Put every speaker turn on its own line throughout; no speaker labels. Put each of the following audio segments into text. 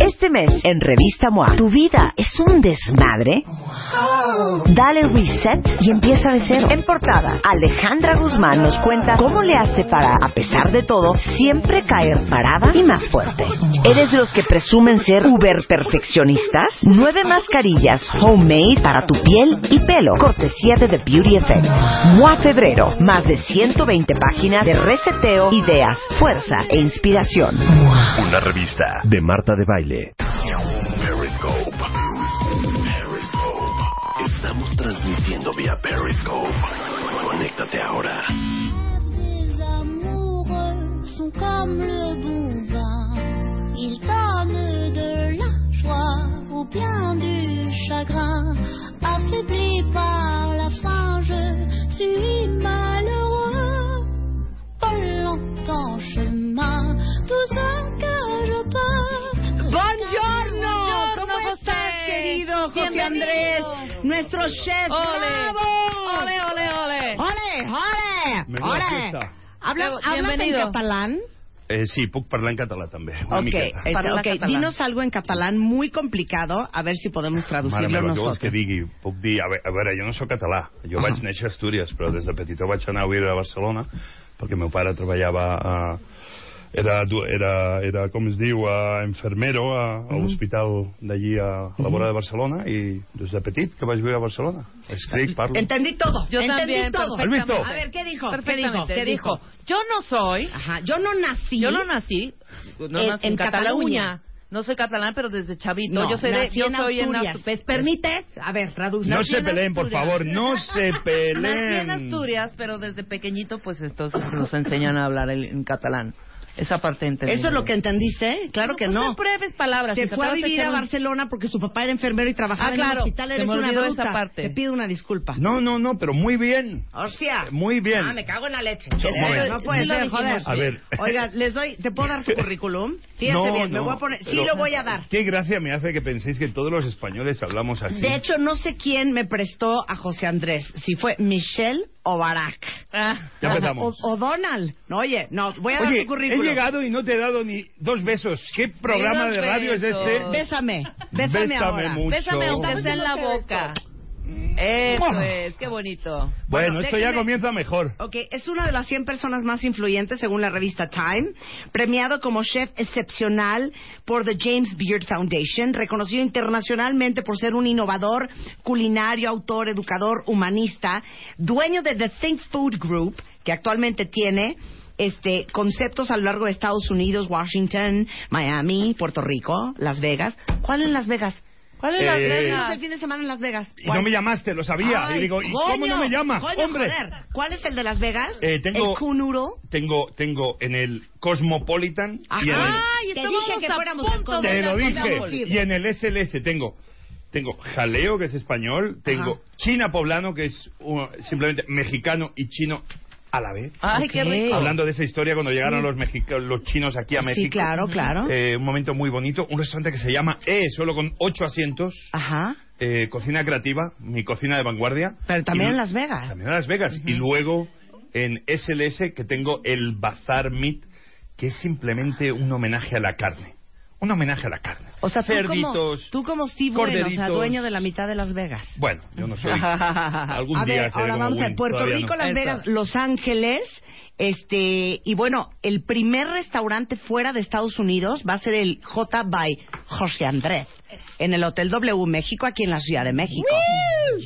Este mes en Revista MOA, ¿tu vida es un desmadre? Dale reset y empieza de cero. En portada, Alejandra Guzmán nos cuenta cómo le hace para, a pesar de todo, siempre caer parada y más fuerte. ¿Eres de los que presumen ser uber perfeccionistas? Nueve mascarillas homemade para tu piel y pelo. Cortesía de The Beauty Effect. MOA Febrero. Más de 120 páginas de reseteo, ideas, fuerza e inspiración.
Una revista de Marta de Baile.
Periscope. Periscope. Estamos transmitiendo vía Periscope. Conéctate ahora.
Les amoureux sont comme le bon vin. Ils donnent de la joie ou bien du chagrin. Affaibli par la faim, je suis malheureux. Pas longtemps chemin, tout ce que je peux.
Buongiorno, ¿cómo estás, querido José Andrés? Nuestro chef. ¡Bravo!
Ole, ole, ole.
¡Ole, ole!
Menuda
¡Ole!
fiesta.
¿Hablas,
Bien-
¿hablas en
bienvenido.
catalán?
Eh, sí, puc parlar en català també. Una
Ok,
miqueta.
es-
Parla
ok,
catalán.
dinos algo en catalán muy complicado, a ver si podemos
Mare
traducirlo
meva, què vols que
nosotros.
digui? Puc dir, a veure, a veure jo no sóc català. Jo vaig néixer a Astúries, però des de petitó vaig anar a viure a Barcelona, perquè meu pare treballava a... Era, du- era, era, com es diu, a enfermero a, a l'hospital d'allí a la vora de Barcelona i des de petit que vaig viure a Barcelona. Escric, parlo.
Entendí todo.
Yo
entendí
también,
todo.
perfectamente.
¿Has visto?
A ver, ¿qué dijo? ¿Qué dijo?
Perfectamente.
¿Qué dijo?
Yo no soy,
Ajá, yo no nací.
yo no nací, no
En-
nací
en
en, Cataluña.
Cataluña.
No soy catalán, pero desde chavito.
No,
yo soy de,
nací
yo
en
soy en
Asturias.
Asturias. ¿Ves? permites?
A ver, traduce.
No
nací
se
en
peleen, por
Asturias.
favor, no se
Nací en
peleen.
Asturias, pero desde pequeñito, pues entonces nos enseñan a hablar el- en catalán. Esa parte entendí.
¿Eso es lo que entendiste? Claro que no.
Son breves palabras.
Se
si te
fue a
acabas de
vivir
echar
a
un-
Barcelona porque su papá era enfermero y trabajaba
Ah,
en el
claro,
hospital.
se
Eres
me
una
olvidó
bruta.
esa parte.
Te pido una disculpa.
No, no, no, pero muy bien.
Hostia.
Muy bien.
Ah, me cago en la leche.
Yo-
Eh,
Bueno.
no puede
Sí lo
ser,
dijimos.
joder.
A ver.
Oiga, les doy, ¿te puedo dar tu currículum? Fíjate
No,
bien, me
no,
voy a poner, sí
pero-
lo voy a dar.
Qué gracia me hace que penséis que todos los españoles hablamos así.
De hecho, no sé quién me prestó a José Andrés, si fue Michelle o Barack.
Ah.
Ya
O,
empezamos.
o Donald. No, oye, no, voy a dar
Oye,
tu
he
currículum.
llegado y no te he dado ni dos besos. ¿Qué programa
dos
de radio es
besos.
este?
Bésame, bésame,
Bésame
ahora.
mucho.
Bésame aunque
Estamos
sea en la
haciendo
boca. Eso
¡Mua!
es, qué bonito.
Bueno,
Bueno,
esto
déjenme-
ya comienza mejor.
Ok, es una de las 100 personas más influyentes según la revista Time, premiado como chef excepcional por The James Beard Foundation, reconocido internacionalmente por ser un innovador culinario, autor, educador, humanista, dueño de The Think Food Group, que actualmente tiene este, conceptos a lo largo de Estados Unidos, Washington, Miami, Puerto Rico, Las Vegas. ¿Cuál en Las Vegas?
¿Cuál
es la Eh,
Vamos
regla?
el fin de semana en Las Vegas.
Y no me llamaste, lo sabía.
Ay,
y digo, ¿y cómo
coño,
no me llama?
coño,
Hombre.
joder. ¿Cuál es el de Las Vegas?
Eh, tengo-
El Kunuro.
Tengo, tengo en el Cosmopolitan y en el...
Ay,
Te
estábamos
dije que
a
fuéramos
punto
al
de
Te
Cosmopolitan.
lo
ir al
dije.
Cosmopolitan.
Y en el SLS tengo tengo jaleo que es español, tengo
Ajá.
China poblano que es uh, simplemente mexicano y chino a la
Ah.
vez.
Ay, qué
Ok.
rico.
Hablando de esa historia cuando llegaron los mexicanos, los chinos aquí a México.
Sí, claro, claro.
Eh, un momento muy bonito, un restaurante que se llama E, solo con ocho asientos,
Ajá.
eh, cocina creativa, mi cocina de vanguardia.
Pero también
Y-
en Las Vegas.
También en Las Vegas. Y luego en SLS que tengo el Bazar Meat, que es simplemente un homenaje a la carne. Un homenaje a la carne.
O sea, tú
cerditos.
como, tú como Steve Bueno, o sea,
corderitos.
dueño de la mitad de Las Vegas.
Bueno, yo no soy. Algún
a
día
ver,
seré
ahora
como
vamos a
Win,
Puerto
todavía no.
Rico, Las
Eso.
Vegas, Los Ángeles. Este, y bueno, el primer restaurante fuera de Estados Unidos va a ser el J by José Andrés en el Hotel W México aquí en la Ciudad de México.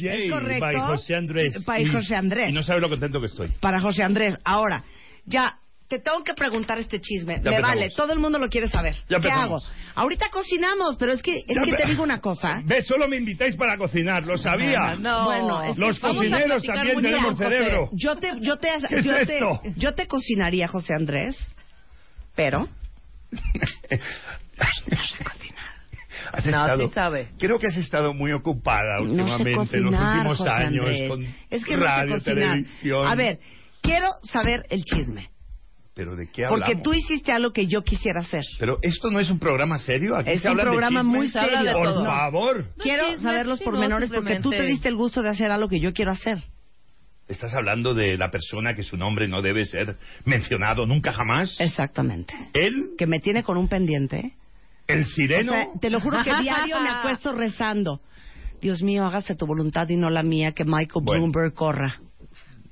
Yay,
¿Es correcto?
by José Andrés.
By
Y-
José Andrés.
Y no sabes lo contento que estoy.
Para José Andrés. Ahora, ya te tengo que preguntar este chisme.
Ya
Me
empezamos.
vale, todo el mundo lo quiere saber.
Ya
¿Qué hago?
empezamos.
Ahorita cocinamos, pero es que es
Ya
que te
ve-
digo una cosa. ¿eh?
Ve, solo me invitáis para cocinar, lo sabía.
No.
Bueno, es que
Los
vamos a
cocineros
platicar
también
mucho,
tenemos
José.
cerebro.
Yo te yo te
¿Qué es
yo te
esto?
yo te cocinaría, José Andrés. Pero
Has
No,
estado,
sí sabe.
Creo que has estado muy ocupada
No sé
Ah, últimamente, en los
cocinar,
últimos
José
años,
Andrés.
con
es que
radio,
no sé cocinar.
televisión.
A ver, quiero saber el chisme.
¿Pero de qué hablamos?
Porque tú hiciste algo que yo quisiera hacer.
Pero esto no es un programa serio. Aquí
Es
se
un
hablan de
programa
chismes.
muy
Se habla
serio.
de
Por
todo.
favor.
No,
Quiero
chisme,
saber los
sino
pormenores porque tú te
simplemente-
diste el gusto de hacer algo que yo quiero hacer.
Estás hablando de la persona que su nombre no debe ser mencionado nunca jamás.
Exactamente.
Él,
Que me tiene con un pendiente. ¿eh?
el
O
sireno.
sea, te lo juro que diario me acuesto rezando. Dios mío, hágase tu voluntad y no la mía, que Michael
Bueno.
Bloomberg corra.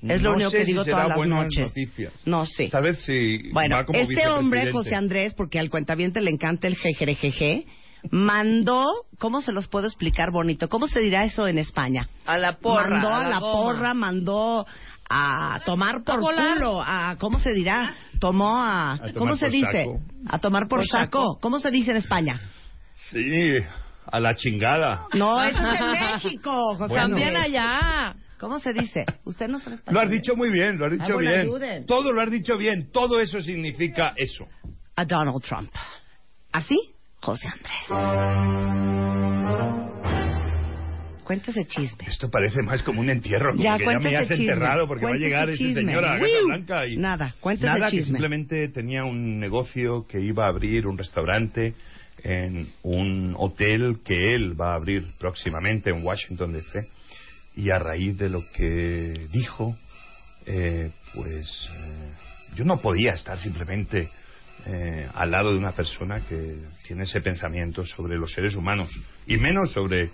Es lo
No
único
sé
que
si
digo
será
todas las
buenas
noches.
noticias.
No sé.
Tal vez si
Bueno,
va como
este hombre,
vicepresidente.
José Andrés, porque al cuentaviente le encanta el jejerejeje, mandó, ¿cómo se los puedo explicar bonito? ¿Cómo se dirá eso en España?
A la porra.
mandó a la
goma.
porra, mandó a tomar por
volar.
culo, a, ¿cómo se dirá? Tomó a,
tomar
¿cómo se
por
dice?
saco.
A tomar por,
Por
saco.
saco.
¿Cómo se dice en España?
Sí, a la chingada.
No, eso es en México, José
Bueno.
También
Andrés.
allá.
¿Cómo se dice? Usted no sabe español.
Lo has dicho muy bien, lo has dicho
Ah, bueno,
bien.
ayuden.
Todo lo has dicho bien. Todo eso significa eso.
A Donald Trump. ¿Así? José Andrés. Cuéntese chisme.
Esto parece más como un entierro. Como
Ya,
que ya
cuéntese
me has
chisme.
enterrado porque va a
Cuéntese
llegar ese
chisme.
señor a la Casa
¡Wiu!
Blanca. Y...
Nada, cuéntese
Nada, que
chisme.
simplemente tenía un negocio que iba a abrir un restaurante en un hotel que él va a abrir próximamente en Washington DC. Y a raíz de lo que dijo, eh, pues eh, yo no podía estar simplemente eh, al lado de una persona que tiene ese pensamiento sobre los seres humanos y menos sobre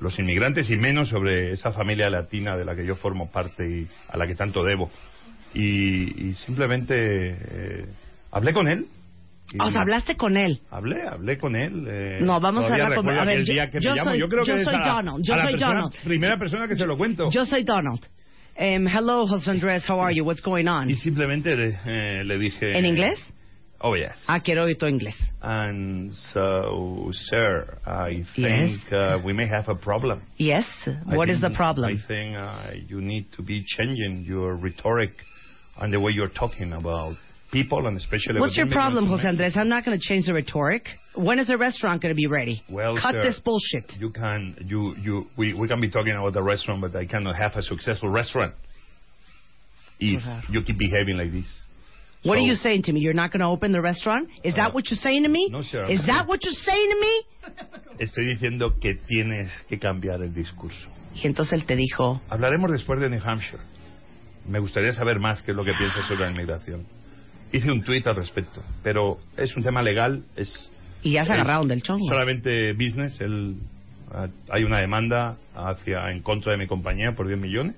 los inmigrantes y menos sobre esa familia latina de la que yo formo parte y a la que tanto debo. Y, y simplemente eh, hablé con él. y-
O sea, hablaste con él.
Hablé, hablé con él. eh,
No, vamos a
todavía
hablar con-
recuerdo
a ver,
aquel
yo-
día que me
yo
llamó.
soy-
yo creo que
yo
es
soy
a la-
Donald, yo
a la
soy
persona-
Donald.
Primera persona que se lo cuento.
Yo soy Donald. Em, hello, José Andrés, how are you? What's going on?
Y simplemente le, eh, le dije...
¿En inglés?
Oh, yes.
Ah, quiero oír tu inglés.
And so, sir, I think uh, we may have a problem.
Yes,
I
what is the
think-
problem?
I think uh, you need to be changing your rhetoric and the way you're talking about people and especially...
What's
with
your
immigrants
problem,
in
José
Mexico.
Andrés? I'm not going to change the rhetoric. When is the restaurant going to be ready?
Well,
Cut
sir,
this bullshit.
You can, you, you, we, we can be talking about the restaurant, but I cannot have a successful restaurant if you keep behaving like this.
What are
So-
you saying to me? You're not going to open the restaurant? Is that
Uh,
what you're saying to me?
no, sir.
Is that what you're saying to me?
Estoy diciendo que tienes que cambiar el discurso.
Y entonces él te dijo,
Hablaremos después de New Hampshire. Me gustaría saber más qué es lo que piensas sobre la inmigración. Hice un tuit al respecto, pero es un tema legal, es...
y ya se
es
agarraron del chongo.
Solamente business, el- ah, hay una demanda hacia en contra de mi compañía por 10 millones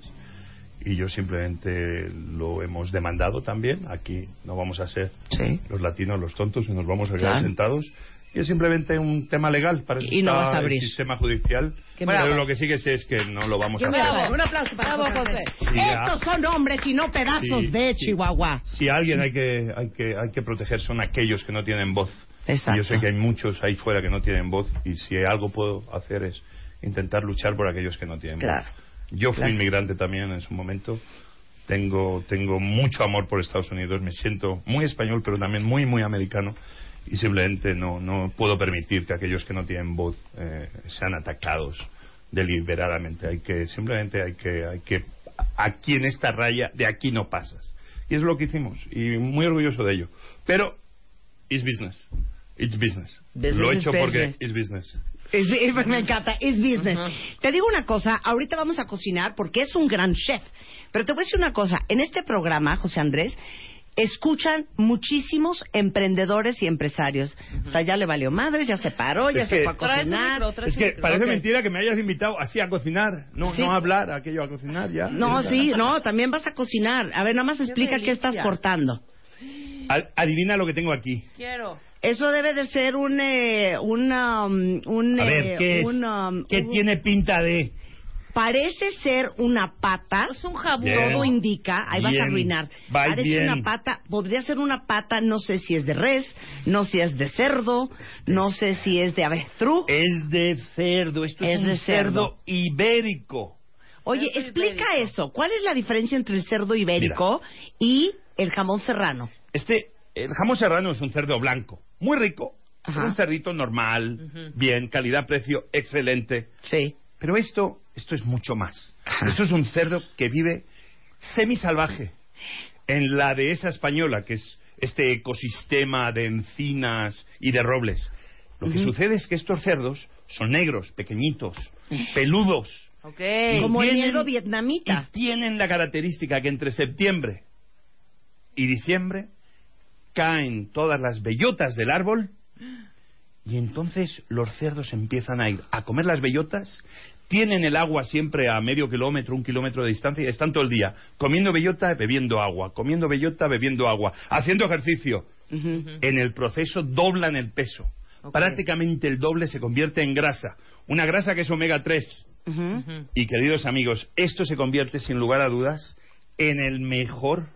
y yo simplemente lo hemos demandado también. Aquí no vamos a ser
Sí.
los latinos los tontos y nos vamos a quedar
Claro.
sentados. Y es simplemente un tema legal para eso
Y no
está
vas a abrir.
el sistema judicial.
Qué
pero
bravo.
lo que sí que sé es que no lo vamos a hacer.
Bravo, un aplauso para
Bravo,
José.
José. Sí, ya.
Estos son hombres y no pedazos
Sí,
de
sí.
Chihuahua.
Si a alguien hay que, hay que hay que proteger son aquellos que no tienen voz.
Exacto.
Y Yo sé que hay muchos ahí fuera que no tienen voz y si algo puedo hacer es intentar luchar por aquellos que no tienen
Claro.
voz. Yo fui inmigrante también en su momento. Tengo tengo mucho amor por Estados Unidos. Me siento muy español, pero también muy muy americano. Y simplemente no no puedo permitir que aquellos que no tienen voz eh, sean atacados deliberadamente. Hay que simplemente hay que hay que aquí en esta raya de aquí no pasas. Y es lo que hicimos y muy orgulloso de ello. Pero it's business. It's business.
Business
Lo he
is
hecho porque
business.
it's business.
Es- es- me encanta, es business. Te digo una cosa, ahorita vamos a cocinar porque es un gran chef. Pero te voy a decir una cosa, en este programa, José Andrés, escuchan muchísimos emprendedores y empresarios. O sea, ya le valió madres, ya se paró, ya
Es
se
que-
fue a
Traes un
cocinar.
micro, traes
Es
un
que
micro.
parece
Ok.
mentira que me hayas invitado así a cocinar. No,
Sí.
no a hablar, aquello a cocinar ya.
No,
Ya.
sí, no, también vas a cocinar. A ver, nada más explica qué
delicia.
estás cortando.
Ad- adivina lo que tengo aquí.
Quiero.
Eso debe de ser un... eh, un, um, un,
A
eh,
ver, ¿qué es?
un, um,
¿Qué
un-
tiene pinta de?
Parece ser una pata.
Es un jabón.
Bien.
Todo indica, ahí vas
Bien.
a arruinar.
Vais
Parece
bien.
una pata, podría ser una pata, no sé si es de res, no sé si es de cerdo, no sé si es de avestruz.
Es de cerdo. Esto es,
Es
un
de cerdo.
cerdo ibérico.
Oye,
es
explica
ibérico.
eso. ¿Cuál es la diferencia entre el cerdo ibérico y el jamón serrano?
Este, el jamón serrano es un cerdo blanco, muy rico,
Ajá.
Es un cerdito normal,
Ujú.
bien, calidad-precio excelente.
Sí.
Pero esto, esto es mucho más.
Ajá.
Esto es un cerdo que vive semisalvaje en la dehesa española, que es este ecosistema de encinas y de robles. Lo que sucede es que estos cerdos son negros, pequeñitos, peludos.
Ok.
Eh, Como el
Tienen-
miedo vietnamita.
Y tienen la característica que entre septiembre y diciembre caen todas las bellotas del árbol y entonces los cerdos empiezan a ir a comer las bellotas, tienen el agua siempre a medio kilómetro, un kilómetro de distancia y están todo el día comiendo bellota, bebiendo agua, comiendo bellota, bebiendo agua, haciendo ejercicio. En el proceso doblan el peso.
Ok.
Prácticamente el doble se convierte en grasa. Una grasa que es omega 3.
Ujú.
Ujú.
Y queridos amigos, esto se convierte sin lugar a dudas en el mejor,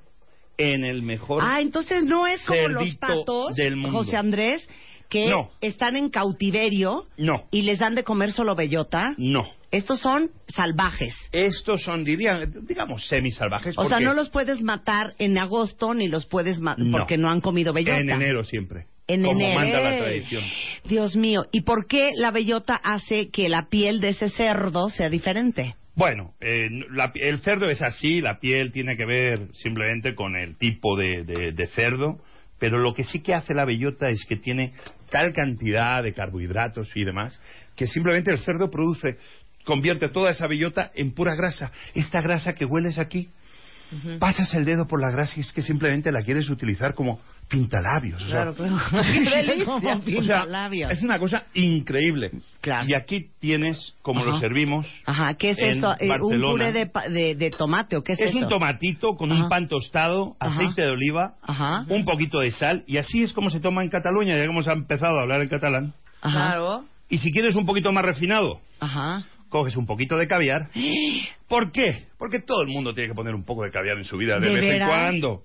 en el mejor.
Ah, entonces no es como los
Cerdito
patos,
del mundo.
José Andrés, que
No.
están en cautiverio
No,
y les dan de comer solo bellota.
no.
Estos son salvajes.
Estos son, dirían, digamos, semisalvajes.
O sea,
porque
no los puedes matar en agosto ni los puedes ma-
No.
porque no han comido bellota.
En enero siempre.
En
como
enero.
manda la tradición.
Dios mío, ¿y por qué la bellota hace que la piel de ese cerdo sea diferente?
Bueno, eh, la- el cerdo es así, la piel tiene que ver simplemente con el tipo de, de- de cerdo, pero lo que sí que hace la bellota es que tiene tal cantidad de carbohidratos y demás que simplemente el cerdo produce, convierte toda esa bellota en pura grasa. Esta grasa que hueles aquí, pasas el dedo por la grasa y es que simplemente la quieres utilizar como pintalabios. o sea,
Claro, claro. Qué delicia. Como
o sea,
pintalabios.
es una cosa increíble.
Claro.
Y aquí tienes, como lo
Ajá.
servimos,
Ajá, ¿qué es
en
eso? Eh, ¿Un
Barcelona.
puré de, pa- de, de tomate o qué es,
Es
eso?
un tomatito con
Ajá.
un pan tostado,
Ajá.
aceite de oliva,
Ajá.
un poquito de sal, y así es como se toma en Cataluña, ya que hemos empezado a hablar en catalán.
Ajá.
Claro.
Y si quieres un poquito más refinado,
Ajá.
coges un poquito de caviar. ¿Por qué? Porque todo el mundo tiene que poner un poco de caviar en su vida de,
¿De
vez
veras?
en cuando.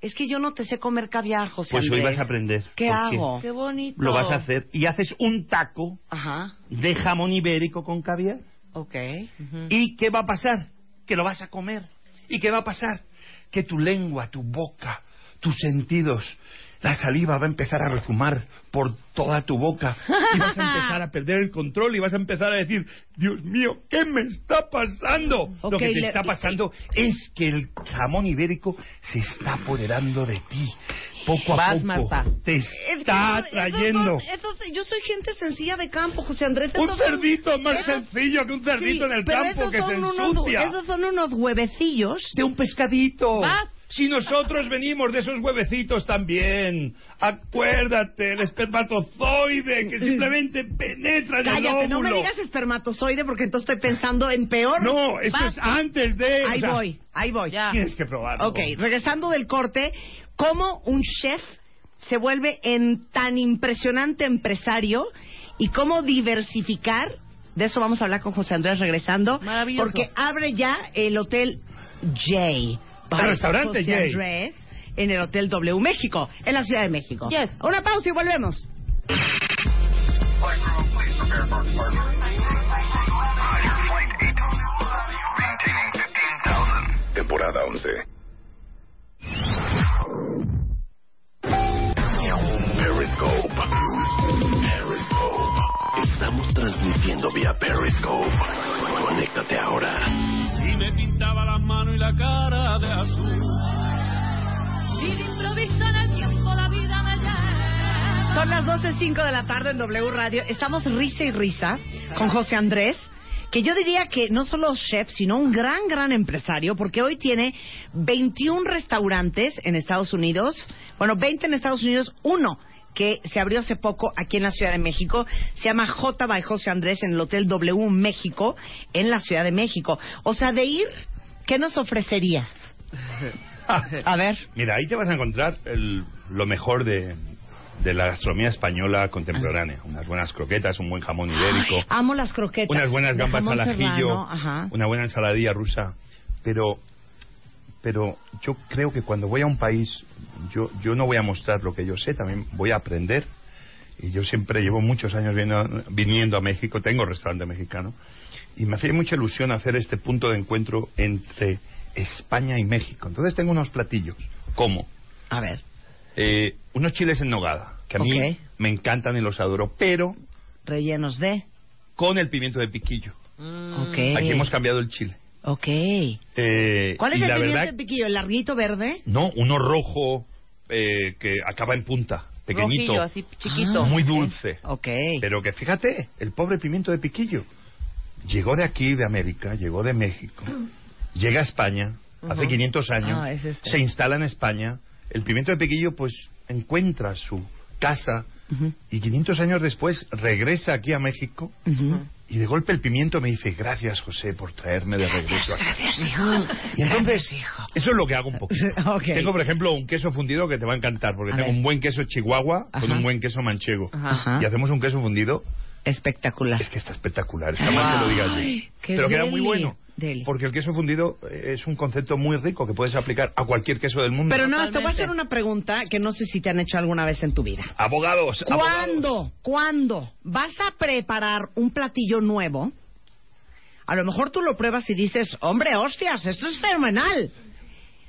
Es que yo no te sé comer caviar, José
Pues hoy
Andrés.
vas a aprender.
¿Qué
¿Por qué?
hago?
Qué bonito.
Lo vas a hacer y haces un taco
Ajá.
de jamón ibérico con caviar.
Ok. Ujú.
¿Y qué va a pasar? Que lo vas a comer. ¿Y qué va a pasar? Que tu lengua, tu boca, tus sentidos, la saliva va a empezar a rezumar por toda tu boca. Y vas a empezar a perder el control y vas a empezar a decir, Dios mío, ¿qué me está pasando? lo
Ok,
que te
le-
está pasando es que el jamón ibérico se está apoderando de ti. Poco a
Vas,
poco
Marta.
te está atrayendo.
yo soy gente sencilla de campo, José Andrés.
Un
Estos son-
cerdito más
esos-
sencillo que un
Sí,
cerdito en el
pero
campo
esos
que se
son unos du-
ensucia.
esos son unos huevecillos.
de un pescadito.
Vas.
Si nosotros venimos de esos huevecitos también, acuérdate, el espermatozoide que simplemente penetra en
Cállate,
el
no me
óvulo.
digas espermatozoide porque entonces estoy pensando en peor.
No, esto es antes de... o
Ahí
sea,
voy, ahí voy.
Ya.
Tienes que probarlo.
Ok, regresando del corte, ¿cómo un chef se vuelve en tan impresionante empresario y cómo diversificar? De eso vamos a hablar con José Andrés regresando.
Maravilloso.
Porque abre ya el Hotel J. by
restaurante
José
J.
Andrés en el Hotel W México, en la Ciudad de México.
Yes.
Una pausa y volvemos.
Temporada 11. Periscope. Periscope. Estamos transmitiendo vía Periscope. Conéctate ahora.
Y me pintaba las manos y la cara de azul.
Son las 12.05 de la tarde en W Radio. Estamos risa y risa con José Andrés, que yo diría que no solo chef, sino un gran, gran empresario, porque hoy tiene 21 restaurantes en Estados Unidos. Bueno, 20 en Estados Unidos, uno que se abrió hace poco aquí en la Ciudad de México. Se llama J by José Andrés en el Hotel W México, en la Ciudad de México. O sea, de ir, ¿qué nos ofrecerías? A ver.
Mira, ahí te vas a encontrar el- lo mejor de, de la gastronomía española contemporánea. Unas buenas croquetas, un buen jamón ibérico.
Amo las croquetas.
unas buenas
de
gambas
jamón
al ajillo,
serrano, ajá.
una buena ensaladilla rusa, pero pero yo creo que cuando voy a un país yo yo no voy a mostrar lo que yo sé, también voy a aprender y yo siempre llevo muchos años viniendo, viniendo a México, tengo restaurante mexicano y me hacía mucha ilusión hacer este punto de encuentro entre España y México. Entonces tengo unos platillos como
A ver.
eh, unos chiles en nogada, que a mí
Ok.
me encantan y los adoro, pero
Rellenos de.
con el pimiento de piquillo.
Mm.
Ok.
Aquí hemos cambiado el chile.
Ok.
Eh,
¿Cuál es
y
el
la
pimiento
verdad,
de piquillo? ¿El larguito verde?
No, uno rojo eh, que acaba en punta, pequeñito,
Rojillo, así chiquito.
Ah,
muy dulce.
Ok.
Pero que fíjate, el pobre pimiento de piquillo llegó de aquí, de América, llegó de México, llega a España, hace
Ujú.
500 años,
Ah, es este.
se instala en España. El pimiento de piquillo, pues, encuentra su casa y 500 años después regresa aquí a México. Y de golpe el pimiento me dice, gracias José por traerme de regreso. aquí". Y entonces, eso es lo que hago un poquito.
Ok.
Tengo, por ejemplo, un queso fundido que te va a encantar, porque
A
tengo
ver.
un buen queso chihuahua con
Ajá.
un buen queso manchego.
Ajá.
Y hacemos un queso fundido
Espectacular.
es que está espectacular, está mal que lo digas.
Ay, qué
Pero queda muy
deli,
bueno.
deli.
Porque el queso fundido eh, es un concepto muy rico que puedes aplicar a cualquier queso del mundo.
Pero no, te voy a hacer
Totalmente.
una pregunta que no sé si te han hecho alguna vez en tu vida.
Abogados. abogados.
¿Cuándo, cuándo vas a preparar un platillo nuevo? A lo mejor tú lo pruebas y dices, hombre, hostias, esto es fenomenal.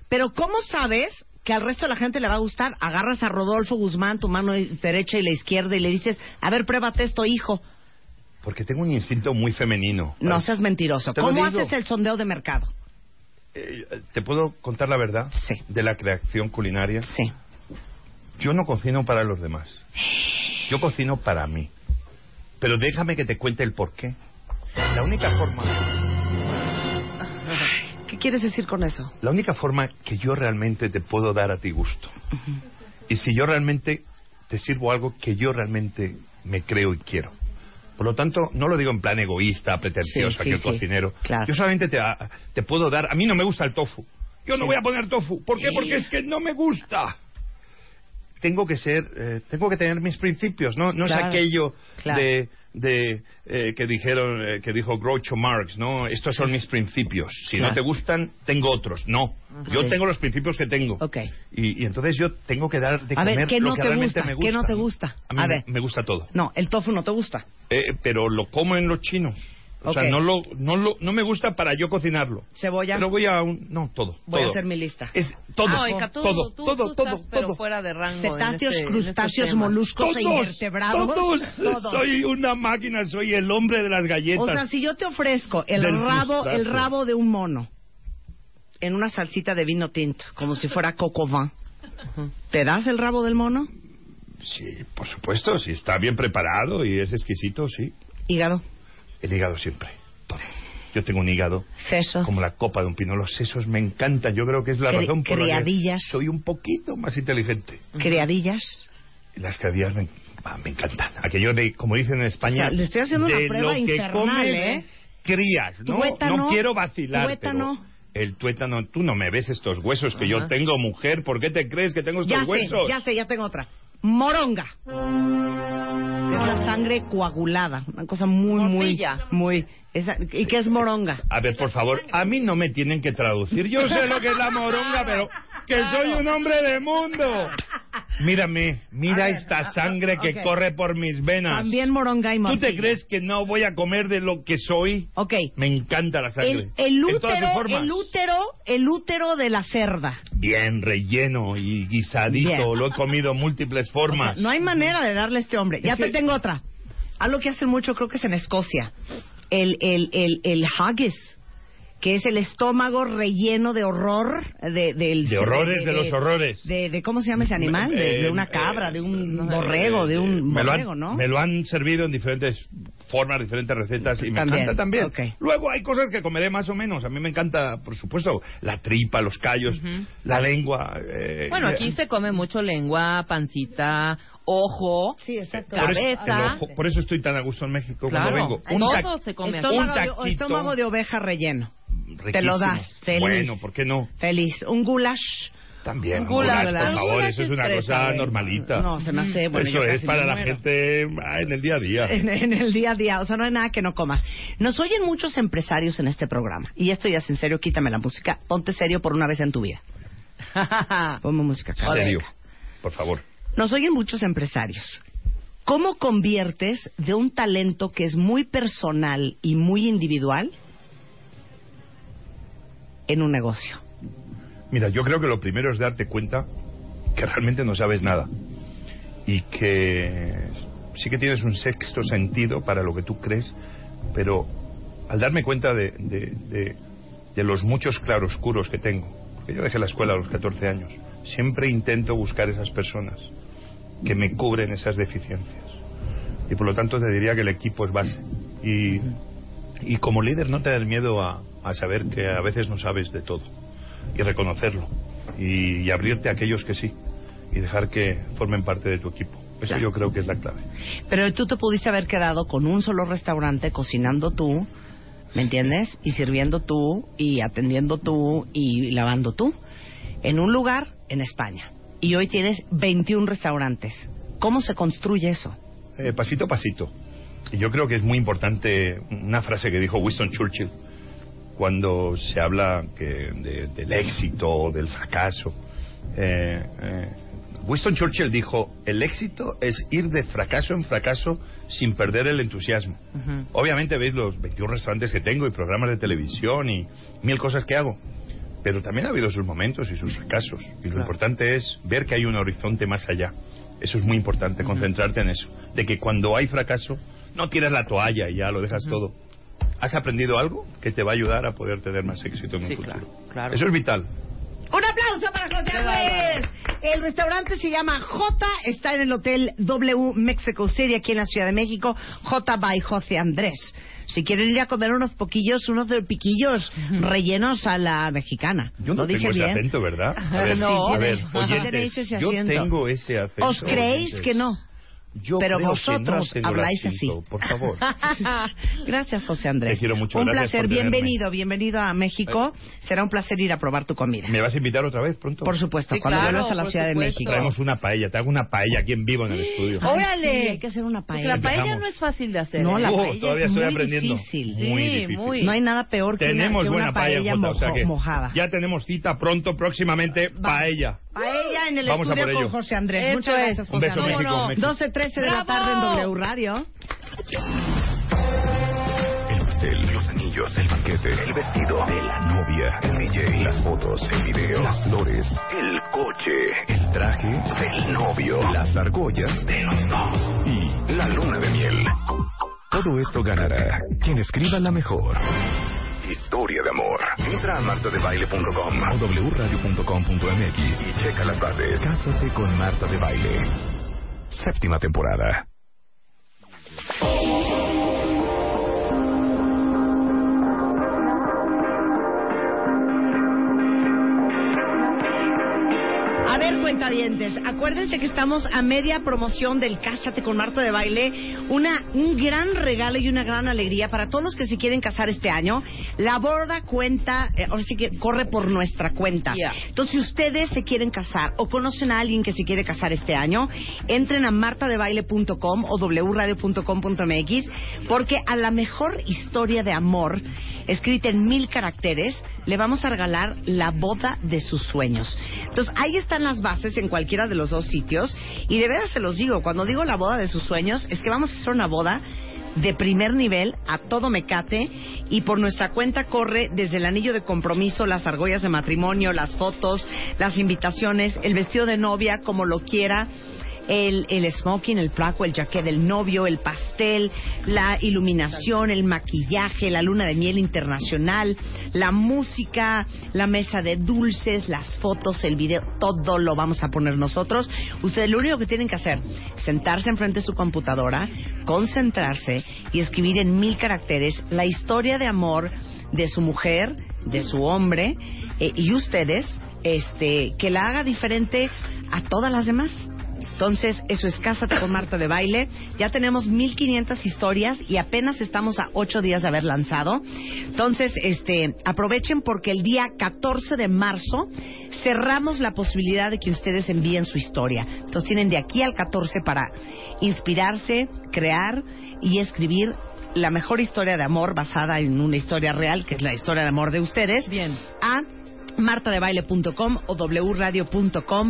Pero ¿cómo sabes que al resto de la gente le va a gustar? Agarras a Rodolfo Guzmán, tu mano derecha y la izquierda, y le dices, a ver, pruébate esto, hijo.
Porque tengo un instinto muy femenino.
No
¿vale?
seas mentiroso.
Te lo
¿Cómo
digo.
haces el sondeo de mercado?
Eh, ¿Te puedo contar la verdad?
Sí.
De la creación culinaria.
Sí.
Yo no cocino para los demás. Yo cocino para mí. Pero déjame que te cuente el porqué. La única forma,
¿Qué quieres decir con eso?
la única forma que yo realmente te puedo dar a ti gusto. Y si yo realmente te sirvo algo que yo realmente me creo y quiero. Por lo tanto, no lo digo en plan egoísta, pretencioso,
Sí, sí,
aquel
sí.
cocinero.
Claro.
Yo solamente te, ah, te puedo dar. A mí no me gusta el tofu. Yo no voy a poner tofu. ¿Por qué? Porque es que no me gusta. Tengo que ser, eh, tengo que tener mis principios, ¿no? No
Claro.
es aquello
Claro.
de, de, eh, que dijeron, eh, que dijo Groucho Marx, ¿no? Estos son mis principios. Si
Claro.
no te gustan, tengo otros. No, yo
Sí.
tengo los principios que tengo.
Ok.
Y, y entonces yo tengo que dar de
A ver,
comer
¿qué
lo
no
que
te
realmente
gusta?
me
¿Qué
gusta.
no te gusta?
A mí
A
me-
ver.
me gusta todo.
No, el tofu no te gusta.
Eh, pero lo como en los chinos. O
Ok.
sea, no, lo, no, lo, no me gusta para yo cocinarlo.
Cebolla.
Pero voy a un... No, todo.
Voy
todo.
a hacer mi lista.
Es todo,
Ah, oiga, tú-
todo,
tú-
todo,
tú
todo,
estás,
todo.
Pero fuera de rango. en
Cetáceos,
este- en estos
crustáceos,
temas.
moluscos e
Todos,
invertebrados.
todos.
Todos.
Soy una máquina, soy el hombre de las galletas.
O sea, si yo te ofrezco el
Del
rabo,
crustáceo.
el rabo de un mono en una salsita de vino tinto, como si fuera coco vin, ¿te das el rabo del mono?
Sí, por supuesto, si está bien preparado y es exquisito, sí.
Hígado,
El hígado siempre. Todo. Yo tengo un hígado
seso.
como la copa de un pino. Los sesos me encantan. Yo creo que es la
Cri-
razón por la que
criadillas.
soy un poquito más inteligente.
Criadillas.
Las criadillas me, ah, me encantan. Aquello de, como dicen en España,
O sea, le estoy haciendo una
de
prueba
lo que
infernal,
comes,
¿eh?
Crías, ¿no?
Tuétano,
no quiero vacilar,
tuétano.
pero el tuétano, tú no me ves estos huesos que
Ajá.
yo tengo, mujer. ¿Por qué te crees que tengo estos
Ya sé,
huesos?
ya sé, ya tengo otra. Moronga. Es la sangre coagulada, una cosa muy,
Morcilla.
muy, muy. esa- ¿Y qué es moronga?
A ver, por favor, a mí no me tienen que traducir. Yo sé lo que es la moronga, pero que soy un hombre de mundo. Mírame, mira esta sangre que
ok.
corre por mis venas.
También moronga y
¿Tú
morcilla.
te crees que no voy a comer de lo que soy?
Ok.
Me encanta la sangre.
El, el
En todas sus
útero,
formas.
el útero, el útero de la cerda.
Bien relleno y guisadito.
Bien.
Lo he comido múltiples formas.
No hay manera de darle a este hombre. Ya
Es
te
que-
tengo otra. Algo que hacen mucho, creo que es en Escocia. El, el, el, el haggis, que es el estómago relleno de horror. De, del-
De horrores, de los horrores.
De, de- ¿Cómo se llama ese este animal? De,
Eh,
de una
eh,
cabra, de un
eh,
borrego, de un
me lo han-
borrego, ¿no?
Me lo han servido en diferentes formas, diferentes recetas y me
También,
encanta también.
ok.
Luego hay cosas que comeré más o menos. A mí me encanta, por supuesto, la tripa, los callos, la lengua. eh,
Bueno,
eh,
aquí se come mucho lengua, pancita, ojo,
Sí, exacto.
por eso-
cabeza.
el ojo- por eso estoy tan a gusto en México
Claro.
cuando vengo.
Todo
tac-
se come aquí.
un
Estómago de,
taquito.
o estómago de oveja relleno. Te lo
riquísimo.
das, feliz.
Bueno, ¿por qué no?
Feliz. Un goulash.
También,
Un goulash,
goulash,
pero
por
un
favor,
goulash
eso es una
estresa,
cosa
¿eh?
normalita.
No, se me hace... Bueno, yo
Ah, eso es
casi
para
me
la
muero.
gente ah, en el día a día.
en, en el día a día. O sea, no hay nada que no comas. Nos oyen muchos empresarios en este programa. Y esto ya es en serio, quítame la música. Ponte serio por una vez en tu vida. Ponme música.
En
Carlos.
serio, por favor.
Nos oyen muchos empresarios. ¿Cómo conviertes de un talento que es muy personal y muy individual en un negocio?
Mira, yo creo que lo primero es darte cuenta que realmente no sabes nada. y que sí que tienes un sexto sentido para lo que tú crees, pero al darme cuenta de, de- de- de los muchos claroscuros que tengo, porque yo dejé la escuela a los 14 años, siempre intento buscar esas personas que me cubren esas deficiencias. Y por lo tanto te diría que el equipo es base. Y, y como líder no tener miedo a, a saber que a veces no sabes de todo y reconocerlo y, y abrirte a aquellos que sí y dejar que formen parte de tu equipo. Eso yo creo que es la clave.
Pero tú te pudiste haber quedado con un solo restaurante cocinando tú, ¿me entiendes? Y sirviendo tú, y atendiendo tú, y lavando tú, en un lugar en España. Y hoy tienes 21 restaurantes. ¿Cómo se construye eso?
Eh, pasito a pasito. Y yo creo que es muy importante una frase que dijo Winston Churchill cuando se habla que de- del éxito o del fracaso. Eh, eh, Winston Churchill dijo, el éxito es ir de fracaso en fracaso sin perder el entusiasmo. Obviamente veis los 21 restaurantes que tengo y programas de televisión y mil cosas que hago. Pero también ha habido sus momentos y sus fracasos. Y lo importante es ver que hay un horizonte más allá. Eso es muy importante, concentrarte en eso. De que cuando hay fracaso, no tiras la toalla y ya lo dejas todo. Has aprendido algo que te va a ayudar a poder tener más éxito en un futuro.
claro.
Eso es vital.
Un aplauso para José Andrés. El restaurante se llama J, está en el Hotel W Mexico City aquí en la Ciudad de México, J by José Andrés. Si quieren ir a comer unos poquillos, unos de piquillos rellenos a la mexicana.
Yo no
Lo dije
tengo ese
bien.
acento, ¿verdad? A ver,
No,
a ver,
tienes- tenéis
oyentes,
ese
yo
acento.
tengo ese acento.
¿Os creéis
oyentes.
que no?
Yo
Pero
creo que no
vosotros
tengo el
habláis así.
acento, Por favor.
gracias, José Andrés.
Te quiero mucho,
Un
gracias
placer,
por tenerme.
bienvenido, bienvenido a México. Será un placer ir a probar tu comida.
¿Me vas a invitar otra vez pronto?
Por supuesto,
Sí,
cuando
claro,
vuelvas a la
por
Ciudad de
supuesto.
México.
Traemos una paella. Te hago una paella aquí en vivo en el estudio.
Ay, órale.
sí, hay que hacer una
Porque
paella.
la paella
Empezamos.
no es fácil de hacer.
No,
¿eh?
la
Uh,
paella es
todavía estoy
muy
aprendiendo.
difícil.
Muy
Sí,
difícil.
muy.
No hay nada peor que una,
Tenemos
que
buena
una paella,
Jota,
mojo-
o sea que
mojada.
Ya tenemos cita pronto, próximamente, paella.
Paella en el
Vamos a
estudio
por
con
ello.
José Andrés.
Eso
Muchas
es.
gracias, José
Un beso,
Andrés.
México, México.
12.13 de la tarde en
¡Bravo!
W Radio.
El pastel, los anillos, el banquete, el vestido de la novia, el DJ, las fotos, el video, las flores, el coche, el traje del novio, las argollas de los dos y la luna de miel. Todo esto ganará quien escriba la mejor. Historia de amor. Entra a martadebaile.com o wradio.com.mx y checa las bases. Cásate con Marta de Baile. Séptima temporada.
A ver, cuentavientes, acuérdense que estamos a media promoción del Cásate con Marta de Baile. Una, un gran regalo y una gran alegría para todos los que se quieren casar este año. La borda cuenta, eh, ahora sí que corre por nuestra cuenta.
Yeah.
Entonces, si ustedes se quieren casar o conocen a alguien que se quiere casar este año, entren a martadebaile.com o wradio.com.mx porque a la mejor historia de amor, escrita en mil caracteres, le vamos a regalar la boda de sus sueños. Entonces, ahí están las bases en cualquiera de los dos sitios y de veras se los digo, cuando digo la boda de sus sueños, es que vamos a hacer una boda de primer nivel a todo mecate y por nuestra cuenta corre desde el anillo de compromiso, las argollas de matrimonio, las fotos, las invitaciones, el vestido de novia, como lo quiera, el, el smoking, el placo, el jaquet del novio, el pastel, la iluminación, el maquillaje, la luna de miel internacional, la música, la mesa de dulces, las fotos, el video, todo lo vamos a poner nosotros. Ustedes lo único que tienen que hacer, sentarse enfrente de su computadora, concentrarse y escribir en mil caracteres la historia de amor de su mujer, de su hombre eh, y ustedes, este, que la haga diferente a todas las demás. Entonces, eso es Cásate con Marta de Baile. Ya tenemos 1500 historias y apenas estamos a 8 días de haber lanzado. Entonces, este, aprovechen porque el día 14 de marzo cerramos la posibilidad de que ustedes envíen su historia. Entonces, tienen de aquí al 14 para inspirarse, crear y escribir la mejor historia de amor basada en una historia real, que es la historia de amor de ustedes
Bien.
a martadebaile.com o wradio.com.mx.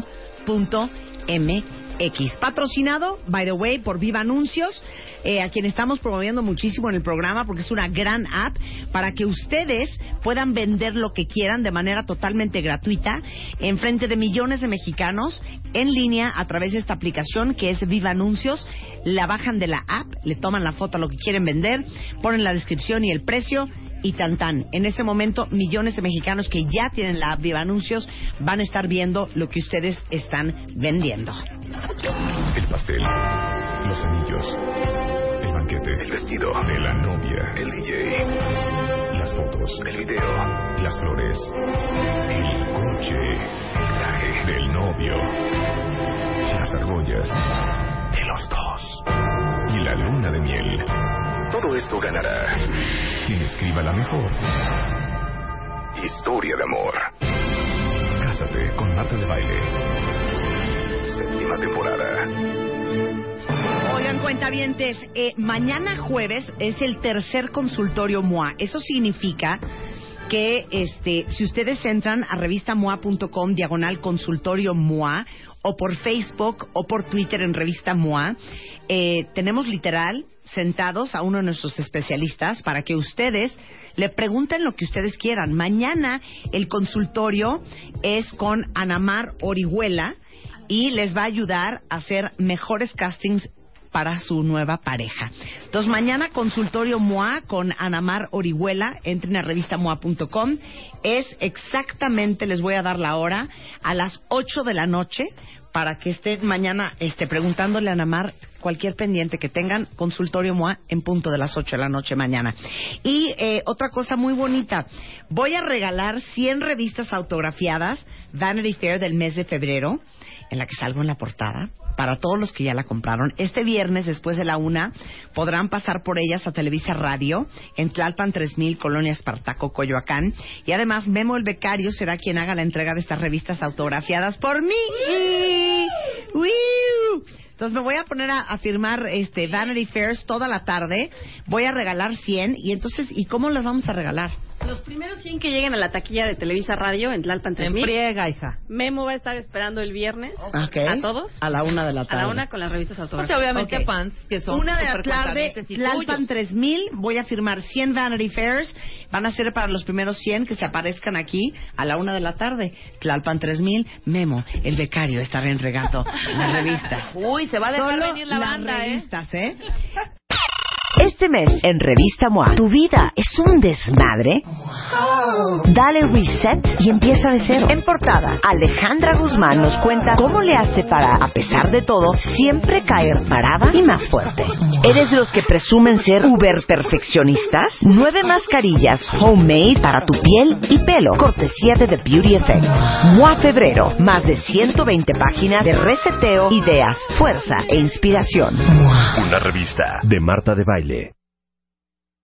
X. Patrocinado, by the way, por Viva Anuncios, eh, a quien estamos promoviendo muchísimo en el programa porque es una gran app para que ustedes puedan vender lo que quieran de manera totalmente gratuita en frente de millones de mexicanos en línea a través de esta aplicación que es Viva Anuncios. La bajan de la app, le toman la foto a lo que quieren vender, ponen la descripción y el precio y tan tan. En ese momento, millones de mexicanos que ya tienen la app Viva Anuncios van a estar viendo lo que ustedes están vendiendo.
El pastel, los anillos, el banquete, el vestido de la novia, el DJ, las fotos, el video, las flores, el coche, el traje del novio, las argollas de los dos y la luna de miel. Todo esto ganará quien escriba la mejor historia de amor. Cásate con Marta de Baile. Séptima temporada.
Oigan, cuentavientes, eh, mañana jueves es el tercer consultorio MOA. Eso significa que este, si ustedes entran a revistamoa.com diagonal consultorio MOA o por Facebook o por Twitter en revista MOA, eh, tenemos literal sentados a uno de nuestros especialistas para que ustedes le pregunten lo que ustedes quieran. Mañana el consultorio es con Anamar Orihuela y les va a ayudar a hacer mejores castings para su nueva pareja. Entonces, mañana consultorio MOA con Anamar Orihuela. Entren a revistamoa.com. Es exactamente, les voy a dar la hora, a las 8 de la noche para que estén mañana este, preguntándole a Anamar cualquier pendiente que tengan, consultorio MOA en punto de las 8 de la noche mañana. Y eh, otra cosa muy bonita, voy a regalar 100 revistas autografiadas Vanity Fair del mes de febrero, en la que salgo en la portada, para todos los que ya la compraron. Este viernes, después de la una, podrán pasar por ellas a Televisa Radio, en Tlalpan 3000, Colonia Espartaco, Coyoacán. Y además, Memo el Becario será quien haga la entrega de estas revistas autografiadas por mí. ¡Wiu! Entonces me voy a poner a, a firmar este Vanity Fairs toda la tarde. Voy a regalar 100 y entonces, ¿y cómo las vamos a regalar?
Los primeros 100 que lleguen a la taquilla de Televisa Radio en Tlalpan 3000.
Friega, hija.
Memo va a estar esperando el viernes a todos
A la una de la
a
tarde.
la una con las revistas
O
Pues
sea,
autógrafas.
obviamente
Ok.
fans que son
Una de la
súper
tarde,
cuentavientes y
Tlalpan
tuyos.
3000, voy a firmar 100 Vanity Fairs, van a ser para los primeros 100 que se aparezcan aquí a la una de la tarde. Tlalpan 3000, Memo, el becario, estará entregando las revistas.
Uy, se va a dejar
Solo
venir la
las
banda, ¿eh?
revistas, ¿eh?
Este mes en Revista MOA, ¿tu vida es un desmadre? Dale reset y empieza de cero. En portada, Alejandra Guzmán nos cuenta cómo le hace para, a pesar de todo, siempre caer parada y más fuerte. ¿Eres de los que presumen ser uber perfeccionistas? Nueve mascarillas homemade para tu piel y pelo. Cortesía de The Beauty Effect. MOA Febrero. Más de 120 páginas de reseteo, ideas, fuerza e inspiración.
Una revista de Marta de Baile.